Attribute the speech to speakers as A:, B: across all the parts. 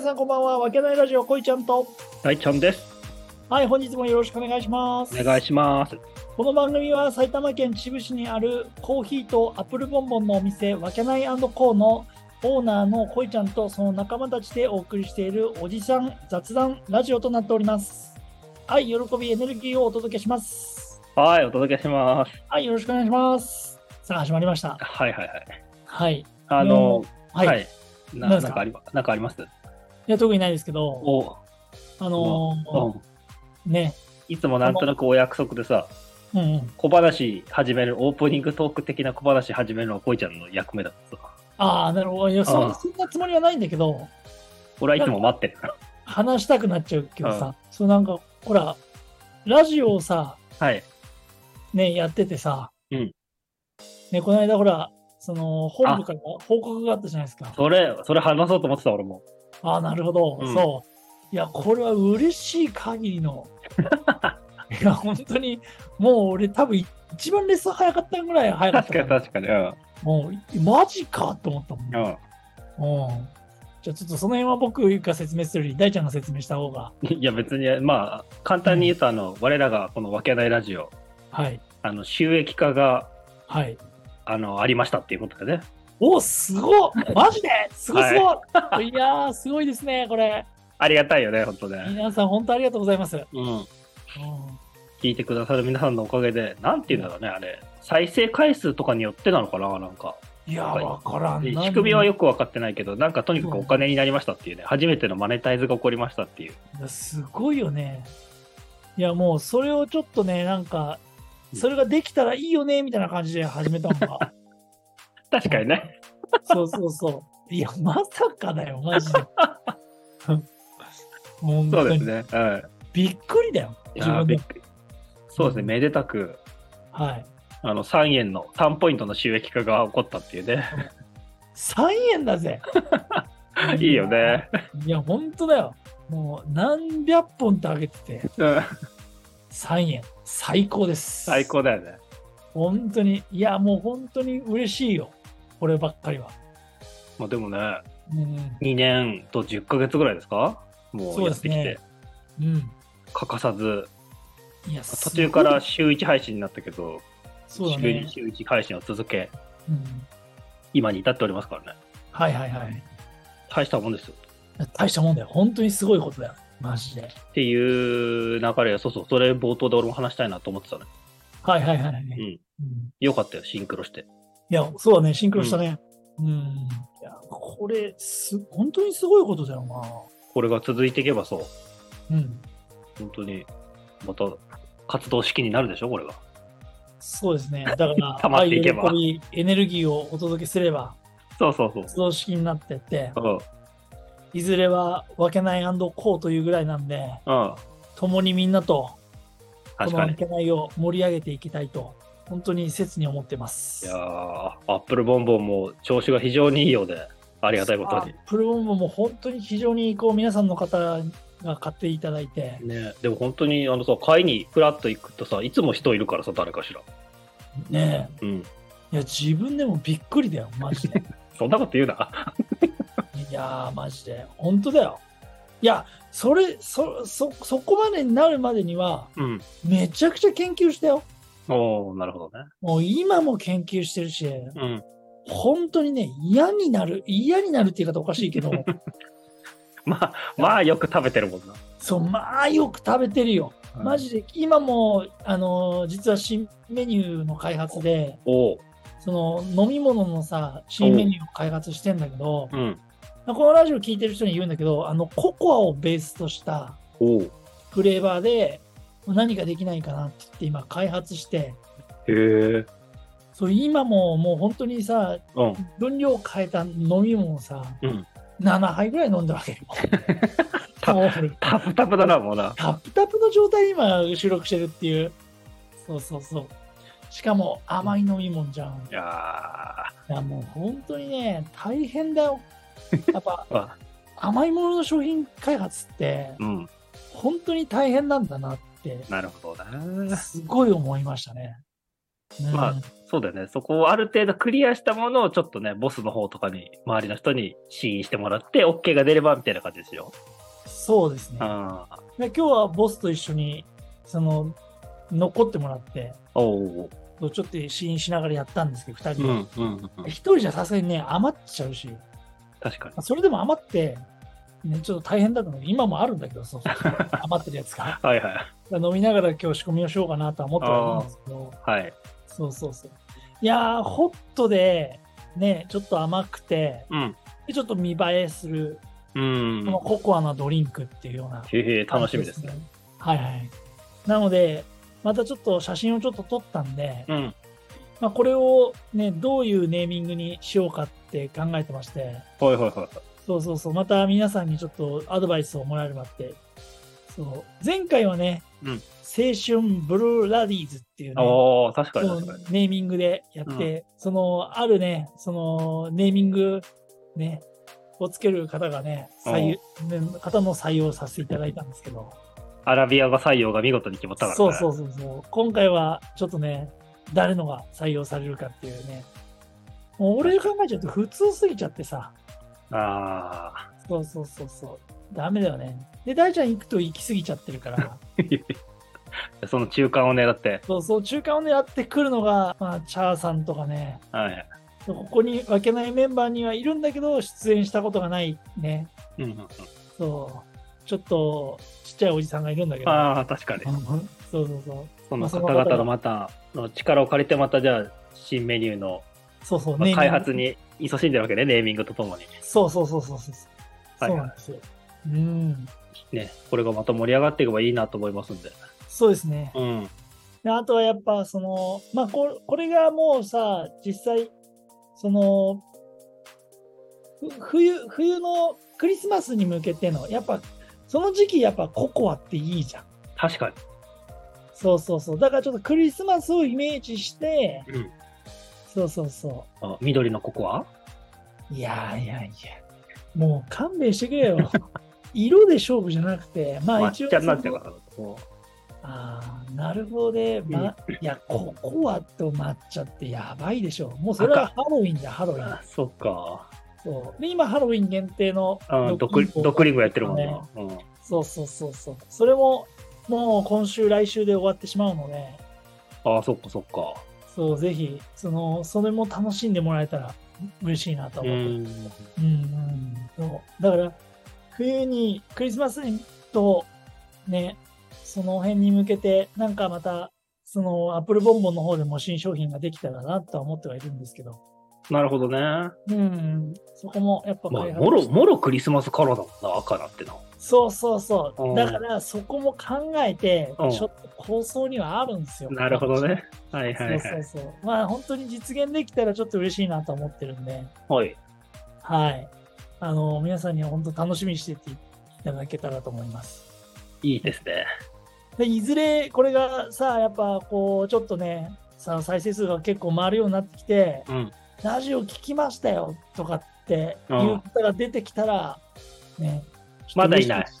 A: さんこんばんは。わけないラジオ、こいちゃんと。
B: 大ちゃんです。
A: はい、本日もよろしくお願いします。
B: お願いします。
A: この番組は埼玉県秩父市にあるコーヒーとアップルボンボンのお店、わけないコーのオーナーのこいちゃんとその仲間たちでお送りしているおじさん雑談ラジオとなっております。はい、喜び、エネルギーをお届けします。
B: はい、お届けします。
A: はい、よろしくお願いします。さあ、始まりました。
B: はいはいはい。
A: はい。
B: あの、
A: はい。い、
B: な
A: なん
B: な
A: す
B: ん
A: か
B: かありまなんかあります
A: や、特にないですけど、
B: お、
A: あのー
B: うん。
A: ね、
B: いつもなんとなくお約束でさ、
A: うんうん。
B: 小話始める、オープニングトーク的な小話始めるのはこいちゃんの役目だったさ。
A: ああ、なるほど。いや、
B: う
A: そ
B: ん
A: そんなつもりはないんだけど、
B: 俺はいつも待ってるから。
A: 話したくなっちゃうけどさ、そうなんか、ほら、ラジオをさ、
B: はい。
A: ね、やっててさ、
B: うん
A: ね、この間ほら、その、本部から報告があったじゃないですか。
B: それ、それ話そうと思ってた俺も。
A: ああ、なるほど、
B: うん
A: そう。いや、これは嬉しい限り の、いや、本当に、もう俺多分一番レッスン早かったぐらい早かっ
B: 確か
A: た
B: に
A: から。
B: 確かに。うん。
A: もう、マジかと思ったもん。
B: うん
A: うん。じゃあちょっとその辺は僕が説明するより、大ちゃんが説明した方が、
B: いや別に、まあ、簡単に言うと、あの、我らがこのわけないラジオ、
A: はい、
B: あの、収益化が、
A: はい。
B: あの、ありましたっていうことでね。
A: おすごっマジですごいすごい、い、やーすごいですねこれ
B: ありがたいよね、本当ね。
A: 皆さん本当ありがとうございます、うん
B: うん。聞いてくださる皆さんのおかげで、なんて言うんだろうね、あれ、再生回数とかによってなのかな、なんか、
A: いやー
B: はい
A: わからんな
B: 仕組みはよく分かってないけど、なんかとにかくお金になりましたっていうね、初めてのマネタイズが起こりましたっていう。
A: いやすごいよねいやもうそれをちょっとねなんかそれができたらいいよねみたいな感じで始めたの が
B: 確かにね、
A: そうそうそういやまさかだよマジ で本
B: そう
A: 当
B: で
A: に、
B: すね。うん
A: びっくりだよ
B: い
A: 自
B: やー
A: 分
B: び
A: で
B: っくりそうですね、めでたく、
A: はい
B: あの3円の、3ポイントの収益化が起こったっていうね、
A: 3円だぜ
B: いいよね。
A: いや、本当だよ。もう何百本ってあげてて、
B: うん
A: 3円。最高です。
B: 最。高だよね。
A: 本当に、いや、もう本当に嬉しいよ。こればっかりは。
B: まあ、でもね、
A: うん。
B: 2年と10ヶ月ぐらいですか、もう
A: そうで
B: やっ
A: す
B: てき
A: ね
B: て、
A: うん、
B: 欠かさず、
A: いや、
B: 途中から
A: す
B: 週1配信になったけど、
A: ごい、そうだ
B: 週2
A: ね、
B: 週1配信を続け、
A: うん。
B: 今に至っておりますからね。
A: はいはいはい。
B: 大したもんですよ。
A: 大したもんだよ。本当にすごいことだよ。マジで。
B: っていう流れ、そうそう、それ冒頭で俺も話したいなと思ってたね。
A: はいはいはい、はい
B: ん
A: うん
B: よかったよ、シンクロして。
A: いや、そうだね、シンクロしたね。うん。いや、これす、本当にすごいことだよ
B: これが続いていけばそう、
A: な。うん。
B: 本当に、また活動式になるでしょ、これが。
A: そうですね。だから、
B: 溜まっていけば
A: 愛喜び、エネルギーをお届けすれば、
B: そうそうそう。
A: 活動式になってって、
B: うん、
A: いずれは分けないこうというぐらいなんで、
B: うん、
A: 共にみんなと、こ
B: 確
A: の
B: か
A: 分
B: に。
A: けないを盛り上げていきたいと、本当に切に思ってます。
B: いやー、アップルボンボンも調子が非常にいいようで、ありがたいことに。
A: プルボンボも本当に非常にこう皆さんの方が買っていただいて、
B: ね、でも本当に、あのさ、買いにフラッと行くとさ、いつも人いるからさ、誰かしら。
A: ねえ
B: うん。
A: いや、自分でもびっくりだよ、マ ジで。
B: そんなこと言うな。
A: いやー、マジで。本当だよ。いや、それ、そ、そ、そこまでになるまでには、
B: うん。
A: めちゃくちゃ研究したよ。
B: おー、なるほどね。
A: もう今も研究してるし、
B: うん。
A: 本当にね、嫌になる、嫌になるって言い方おかしいけ ど、
B: まあ、まあ、よく食べてるもんな。
A: そう、まあよく食べてるよ。マジで、今も、あのー、実は新メニューの開発で、
B: おう。
A: その飲み物のさ、新メニューを開発してんだけど、
B: うん。
A: このラジオ聞いてる人に言うんだけど、あの、ココアをベースとした
B: おう。
A: フレーバーで、何ができないかなって言って今開発して、
B: へえ。
A: そう、今ももう本当にさ、
B: うん。
A: 分量変えた飲み物をさ、
B: うん。
A: 7杯ぐらい飲んだわけ よ。もう
B: タプタプだな、もうな。
A: タップタップの状態で今収録してるっていう。そうそうそう。しかも甘い飲み物じゃん。
B: いやー
A: いやもう本当にね、大変 だよ。やっぱ
B: あ
A: 甘いものの商品開発って
B: うん。
A: 本当に大変なんだなって
B: なるほどね。
A: すごい思いましたね。
B: まあそうだよね。そこをある程度クリアしたものをちょっとね、ボスの方とかに、周りの人に試飲してもらって、OK が出ればみたいな感じですよ。
A: そうですね。
B: ああ。
A: で今日はボスと一緒に、その、残ってもらって、
B: おう
A: ちょっと試飲しながらやったんですけど、2
B: う
A: 人
B: んう
A: は。
B: んうん。
A: 一人じゃさすがにね、余っちゃうし、
B: 確かに。
A: それでも余って、ね、ちょっと大変だったので、今もあるんだけど、そう そう余ってるやつが。
B: はいはい。
A: 飲みながら今日仕込みをしようかなとは思ってはいるんですけど、
B: はい。
A: そうそうそう。いやー、ホットで、ね、ちょっと甘くて、
B: うん。
A: でちょっと見栄えする、
B: うん
A: この。ココアなドリンクっていうような、
B: へえ、楽しみですね。。
A: はいはい。なので、またちょっと写真をちょっと撮ったんで、
B: うん。
A: まあ、これをね、どういうネーミングにしようかって考えてまして、
B: はいはいはい。
A: そうそうそう、また皆さんにちょっとアドバイスをもらえればって、そう、前回はね、
B: うん
A: 青春ブルーラディーズっていうね、
B: おお確かに
A: そう
B: 確かに。
A: ネーミングでやって、その、あるね、その、ネーミング、ね、をつける方がね、採用、ね方の採用させていただいたんですけど、
B: アラビア語採用が見事に決まったからね。。
A: そうそううそうそう。今回はちょっとね、誰のが採用されるかっていうね。もう俺が考えちゃうと普通すぎちゃってさ。
B: あ
A: そうそうそうそう。ダメだよね。で、大ちゃん行くと行き過ぎちゃってる から、
B: あ。その中間を狙って。
A: そうそう、中間を狙ってくるのが、まあ、チャーさんとかね、
B: はい。
A: ここに分けないメンバーにはいるんだけど、出演したことがないね。
B: うんうんうん。
A: そう。ちょっと、ちっちゃいおじさんがいるんだけど。
B: ああ、確かに。
A: そうそうそう。
B: その方々のまた、の力を借りてまたじゃあ、新メニューの
A: そうそう、
B: まあ
A: ね
B: 開発に勤しんでるわけね、ネーミングとともに。
A: そうそうそうそうそう。
B: はい
A: そうなんですよ。うん。
B: ね、これがまた盛り上がっていけばいいなと思いますんで。
A: そうですね。
B: うん。
A: であとはやっぱその、まあこ、これがもうさ、実際、その、ふ冬、冬のクリスマスに向けての、やっぱ、その時期やっぱココアっていいじゃん。
B: 確か
A: そうそうそう。だからちょっとクリスマスをイメージして、
B: に。うん。
A: そうそうそ
B: あ緑のココア
A: う。いやいやいや、もう勘弁してくれ よ。色で勝負じゃなくて、まあ一
B: 抹
A: 応
B: 茶
A: そ
B: に
A: の。
B: なってるから。こ
A: ああ、なるほどね。ま、いや、ココアと抹茶ってやばいでしょ。もうそれはハロウィンだ、ハロウ
B: う
A: ィン
B: あ。そっか。
A: そう。で、今、ハロウィン限定の
B: うん、ドクドクリングやってるもんね。うん。
A: そうそうそうそう。それも、もう今週、来週で終わってしまうので、
B: ああ、そっかそっか。
A: そう、ぜひ、その、それも楽しんでもらえたら嬉しいなと
B: う
A: 思って。
B: ん。
A: うん、うん、そう。だから、冬にクリスマスと、ね、その辺に向けて、なんかまた、その、アップルボンボンの方でも新商品ができたらなとは思ってはいるんですけど、
B: なるほどね。ま
A: うん、うん、そこもやっぱ
B: あ、
A: 開発
B: もろ、もろクリスマスカラーだもんな、赤だってな。
A: そうそうそうう。
B: ん
A: だからそこも考えて、ち
B: うん
A: ょっと構想にはあるんですよ。
B: なるほど。ね。はい
A: そ
B: はいうは
A: そう
B: い。
A: そう。まあ本当に実現できたらちょっと嬉しいなと思ってるんで、
B: はい。
A: はい。あの、皆さんには本当楽しみにしてていただけたらと思います。
B: いいですね。
A: で、いずれこれがさ、やっぱこう、ちょっとね、さ、再生数が結構回るようになってきて、
B: うん。
A: ラジオ聞きましたよとかっていう方が出てきたら、ね、ちょっと嬉しですし。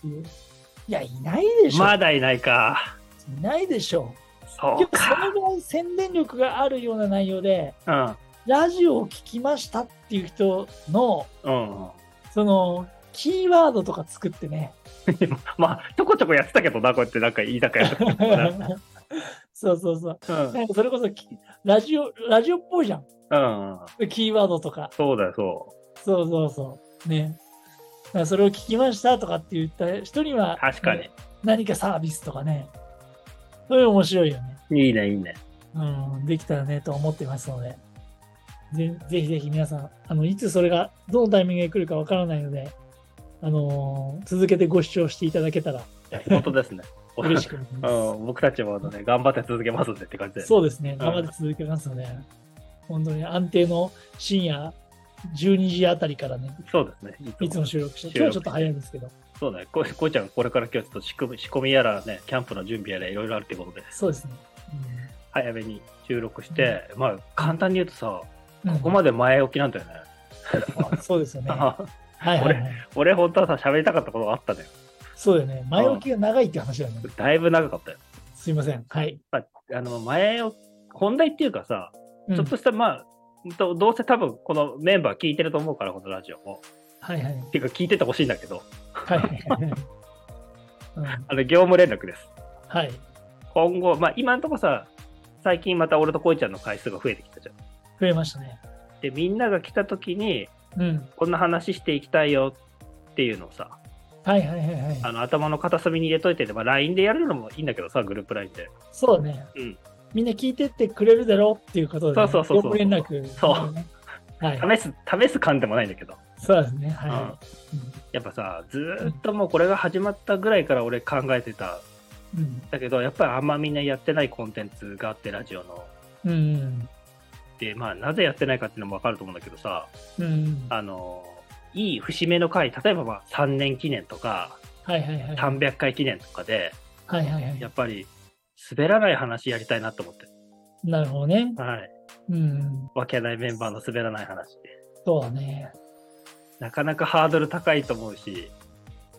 A: いや、いないでしょ。
B: まだいないか。
A: いないでしょ。
B: そうう
A: でもそ
B: か。
A: のぐらい宣伝力があるような内容で、
B: うん。
A: ラジオを聞きましたっていう人の、
B: うん。
A: その、キーワードとか作ってね。
B: まあ、ちょこちょこやってたけどな、こうやってなんか言いたくやってたけどな
A: そうそうそう。
B: うん
A: なんかそれこそきラジオ、ラジオっぽいじゃん。
B: うん。
A: キーワードとか。
B: そうだよ、そ
A: そうそうそう。ね。だからそれを聞きましたとかって言った人には
B: う。、確か
A: ね何かサービスとかね。そういうの面白いよね。
B: に。いいね、いいね。
A: うん、できたらねと思ってますので、ぜぜひぜひ皆さん、あのいつそれが、どのタイミングで来るかわからないので、あのー続けてご視聴していただけたら
B: 本 当ですね。
A: 嬉しく思いま
B: うん、僕たちもあの、ね、頑張って続けますんでって感じ
A: す。
B: で。
A: そうですね、頑張って続けますので、本当に安定の深夜12時あたりからね、
B: そうですね。
A: いつも収録して、今日はちょっと早いんですけど、
B: そうだね。ここうちゃん、これから今日ちょっと仕込み仕込みやらね、キャンプの準備やらいろいろあるってことで、
A: そうですね。
B: 早めに収録して、まあ、簡単に言うとさ、
A: うん
B: ここまで前置きなんだよね。
A: うんそうですよ ね。は
B: あ
A: いはい、はい。
B: 俺、本当はさ、喋りたかったことがあったのよ。
A: そうだよね。前置きが長いって話だよね。
B: だいぶ長かったよ。
A: すいません。はい。
B: まあ、あの前置本題っていうかさ、
A: うん
B: ちょっとした、まあ、どどうせ多分このメンバー聞いてると思うから、このラジオも。
A: はいはい。
B: っていうか、聞いててほしいんだけど、
A: はい はい。うん、
B: あの業務連絡です。
A: はい。
B: 今後、まあ、今んとこさ、最近また俺とこいちゃんの回数が増えてきたじゃん。
A: 増えましたね。
B: で、みんなが来た時に、
A: うん。
B: こんな話していきたいよっていうのをさ、
A: はいはいはいはい。
B: あの頭の片隅に入れといて、まあ、LINE でやるのもいいんだけどさ、グループ LINE で。
A: そうだね。
B: うん
A: みんな聞いてってくれるだろうっていうことで、ね。
B: そうそうそうそ
A: 業務
B: う
A: 連絡、ね。はい。
B: 試す、試す感でもないんだけど。
A: そうですね。
B: うん
A: は
B: やっぱさ、ずーっともうこれが始まったぐらいから俺考えてた。
A: い。うん。
B: だけど、やっぱりあんまみんなやってないコンテンツがあって、ラジオの。
A: うん。
B: で、まあ、なぜやってないかっていうのもわかると思うんだけどさ、
A: うん。うん、
B: あの、いい節目の回、例えばまあ3年記念とか、
A: はいはいはい。はい
B: 300回記念とかで、
A: はいはい
B: や。っぱり滑らない話やりたいなと思って。
A: なるほどね。
B: はい。
A: うん。
B: わけないメンバーの滑らない話。
A: そうだね。
B: なかなかハードル高いと思うし、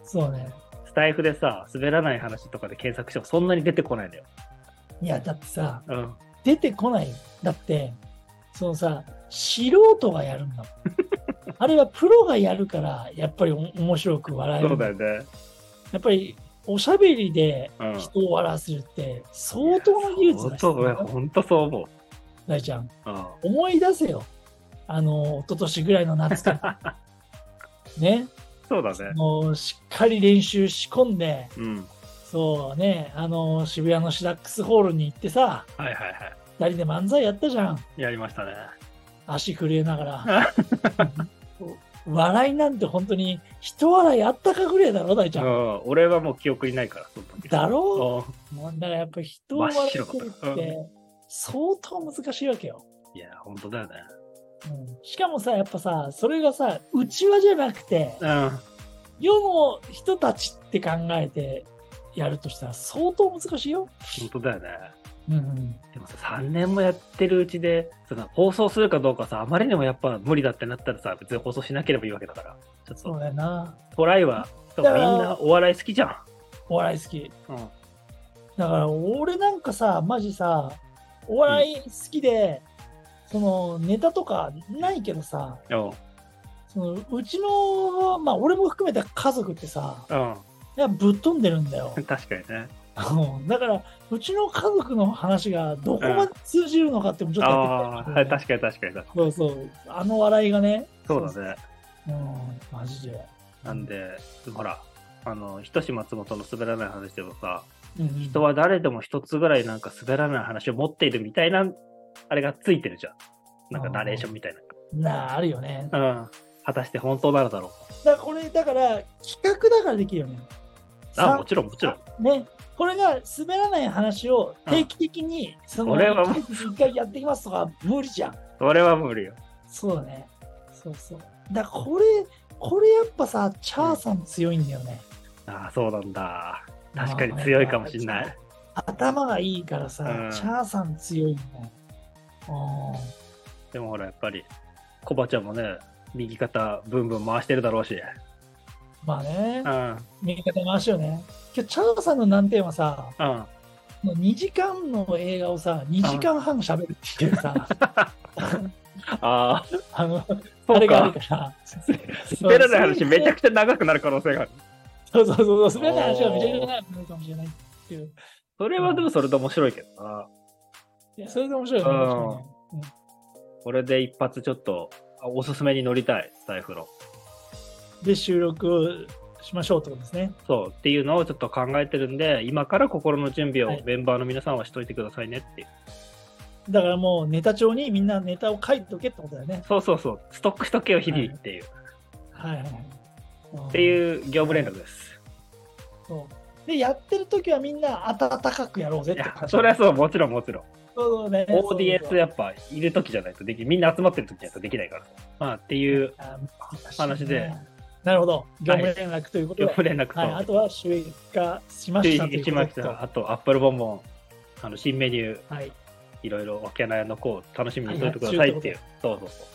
A: そうね。
B: スタイフでさ、滑らない話とかで検索してもそんなに出てこないんだよ。
A: いや、だってさ、
B: うん。
A: 出てこない。だって、そのさ、素人がやるんだ もん。あれはプロがやるから、やっぱりお面白く笑える。
B: そうだよね。
A: やっぱり、おしゃべりで
B: うん。
A: 人を笑わせるって、相当な技術だ必
B: 本
A: 要
B: 当、
A: だ
B: 俺
A: よ
B: ほんとそう思
A: 大ちゃん。
B: う。うん。
A: 思い出せよ。あの、一昨年ぐらいの夏とか。 ね。
B: そうだね。
A: もう、しっかり練習仕込んで、
B: うん。
A: そうね、あの、渋谷のシダックスホールに行ってさ、
B: はいはいは
A: 二人で漫才やったじゃん。
B: い。やりましたね。
A: 足震えなが ら。笑いなんて本当に、人笑いあったかぐらいだろ、大ち
B: う
A: ゃん。
B: ん。俺はもう記憶にないから、その時。
A: だろ
B: ろ
A: うもうだからやっぱり人を笑わせる
B: 真っ
A: っ
B: 白だ
A: て、相当難しいわけよ。
B: いや、ほんとだよね。
A: うんしかもさ、やっぱさ、それがさ、内輪じゃなくて、
B: うん。
A: 世の人たちって考えてやるとしたら相当難しいよ。
B: ほんとだよね。
A: うん、
B: でもさ、3年もやってるうちで、その放送するかどうかさ、あまりにもやっぱ無理だってなったらさ、別に放送しなければいいわけだから。ちょっ
A: そ
B: と、
A: うだよな。
B: トライは、みん
A: だから
B: なお笑い好きじゃん。
A: お笑い好き。
B: うん。
A: だから俺なんかさ、マジさ、お笑い好きで、そのネタとかないけどさ、
B: うん。
A: そのうちの、まあ俺も含めた家族ってさ、
B: う
A: やっぱぶっ飛んでるんだよ。
B: ん。確かにね。
A: うんだから、うちの家族の話がどこまで通じるのかってもちょっとや
B: ああ、
A: ってみた
B: はいい
A: な
B: 確かに確かに。確かに
A: そうそう。あの笑いがね。
B: そうだね。
A: うん、マジで。
B: なんで、ほら、あの、ひとし松本の滑らない話でもさ、
A: うん、
B: 人は誰でも一つぐらいなんか滑らない話を持っているみたいな、あれがついてるじゃん。なんかナレーションみたい
A: なあ、あるよね。
B: な。うん。果たして本当なのだろ
A: だからこれ、だから、企画だからできるよね。
B: うか。あ、もちろんもちろん。
A: ん。ね。これが滑らない話を定期的に、その、
B: 俺はもう
A: 一回やってきますとか、無理じゃん。
B: それは無理よ。
A: そうだね。そうそう。だからこれ、これやっぱさ、チャーさん強いんだよね。
B: ああ、そうなんだ。確かに強いかもしんない。
A: 頭がいいからさ、
B: うん
A: チャーさん強いんだよ。あ
B: でもほら、やっぱり、コバちゃんもね、右肩ブンブン回してるだろうし。
A: ーまあね
B: う、ん。うん。
A: 右肩回しよね。今日、チャーさんの難点はさ、2時間の映画をさ、2時間半喋るって いうさ、
B: ああ、
A: あの、
B: そ
A: あ
B: う
A: れがあ
B: か
A: る。から。
B: 滑らない話めちゃ
A: くち
B: くちゃ長くなる可能性がある。
A: ゃ。そうそうそうそう、滑らない話はめちゃくちゃ長くなるかもしれないっていう。
B: それはでもそれで面白いけどな。
A: いや、それで面白いよ
B: うん
A: ね確かにね。
B: これで一発ちょっと、あおすすめに乗りたい、スタイフの。
A: うんで、収録しましょうってことですね。
B: そう、っていうのをちょっと考えてるんで、今から心の準備
A: は
B: を
A: い
B: メンバーの皆さんはしといてくださいねっていう。
A: だからもうネタ帳にみんなネタを書いておけってことだよね。
B: そうそうそう、ストックしとけよ、日々っていう。
A: はいはいはい。っ
B: って
A: う
B: いう業務連絡です。
A: ん。そうで、やってる時はみんな温かくやろうぜっ
B: い
A: て
B: や
A: 感、じ。
B: それはそう、もちろんもちろん。
A: そうそうね。
B: オーディエンス
A: や
B: やっぱいる時じゃないとできみんな集まってる時じゃないとできないから。まあ、っていう話で。
A: なるほど。業務連絡ということ
B: 業
A: で。
B: 務連絡と、
A: はい、あとは収益化しましたというこ
B: 一
A: と
B: 巻
A: と
B: さん、あとアップルボンボン、あの新メニュー、
A: はい、
B: いろいろわけないのこう楽しみにしといてくださいっていう。そうそうそう。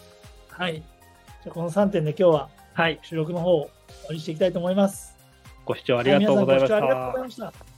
A: はい。じゃあこの3点で今日は
B: はい、
A: 収録の方を終わりにしていきたいと思います。
B: ご視聴ありがとうございまし
A: は皆さんご視聴ありがとうご
B: た
A: ざい。ました。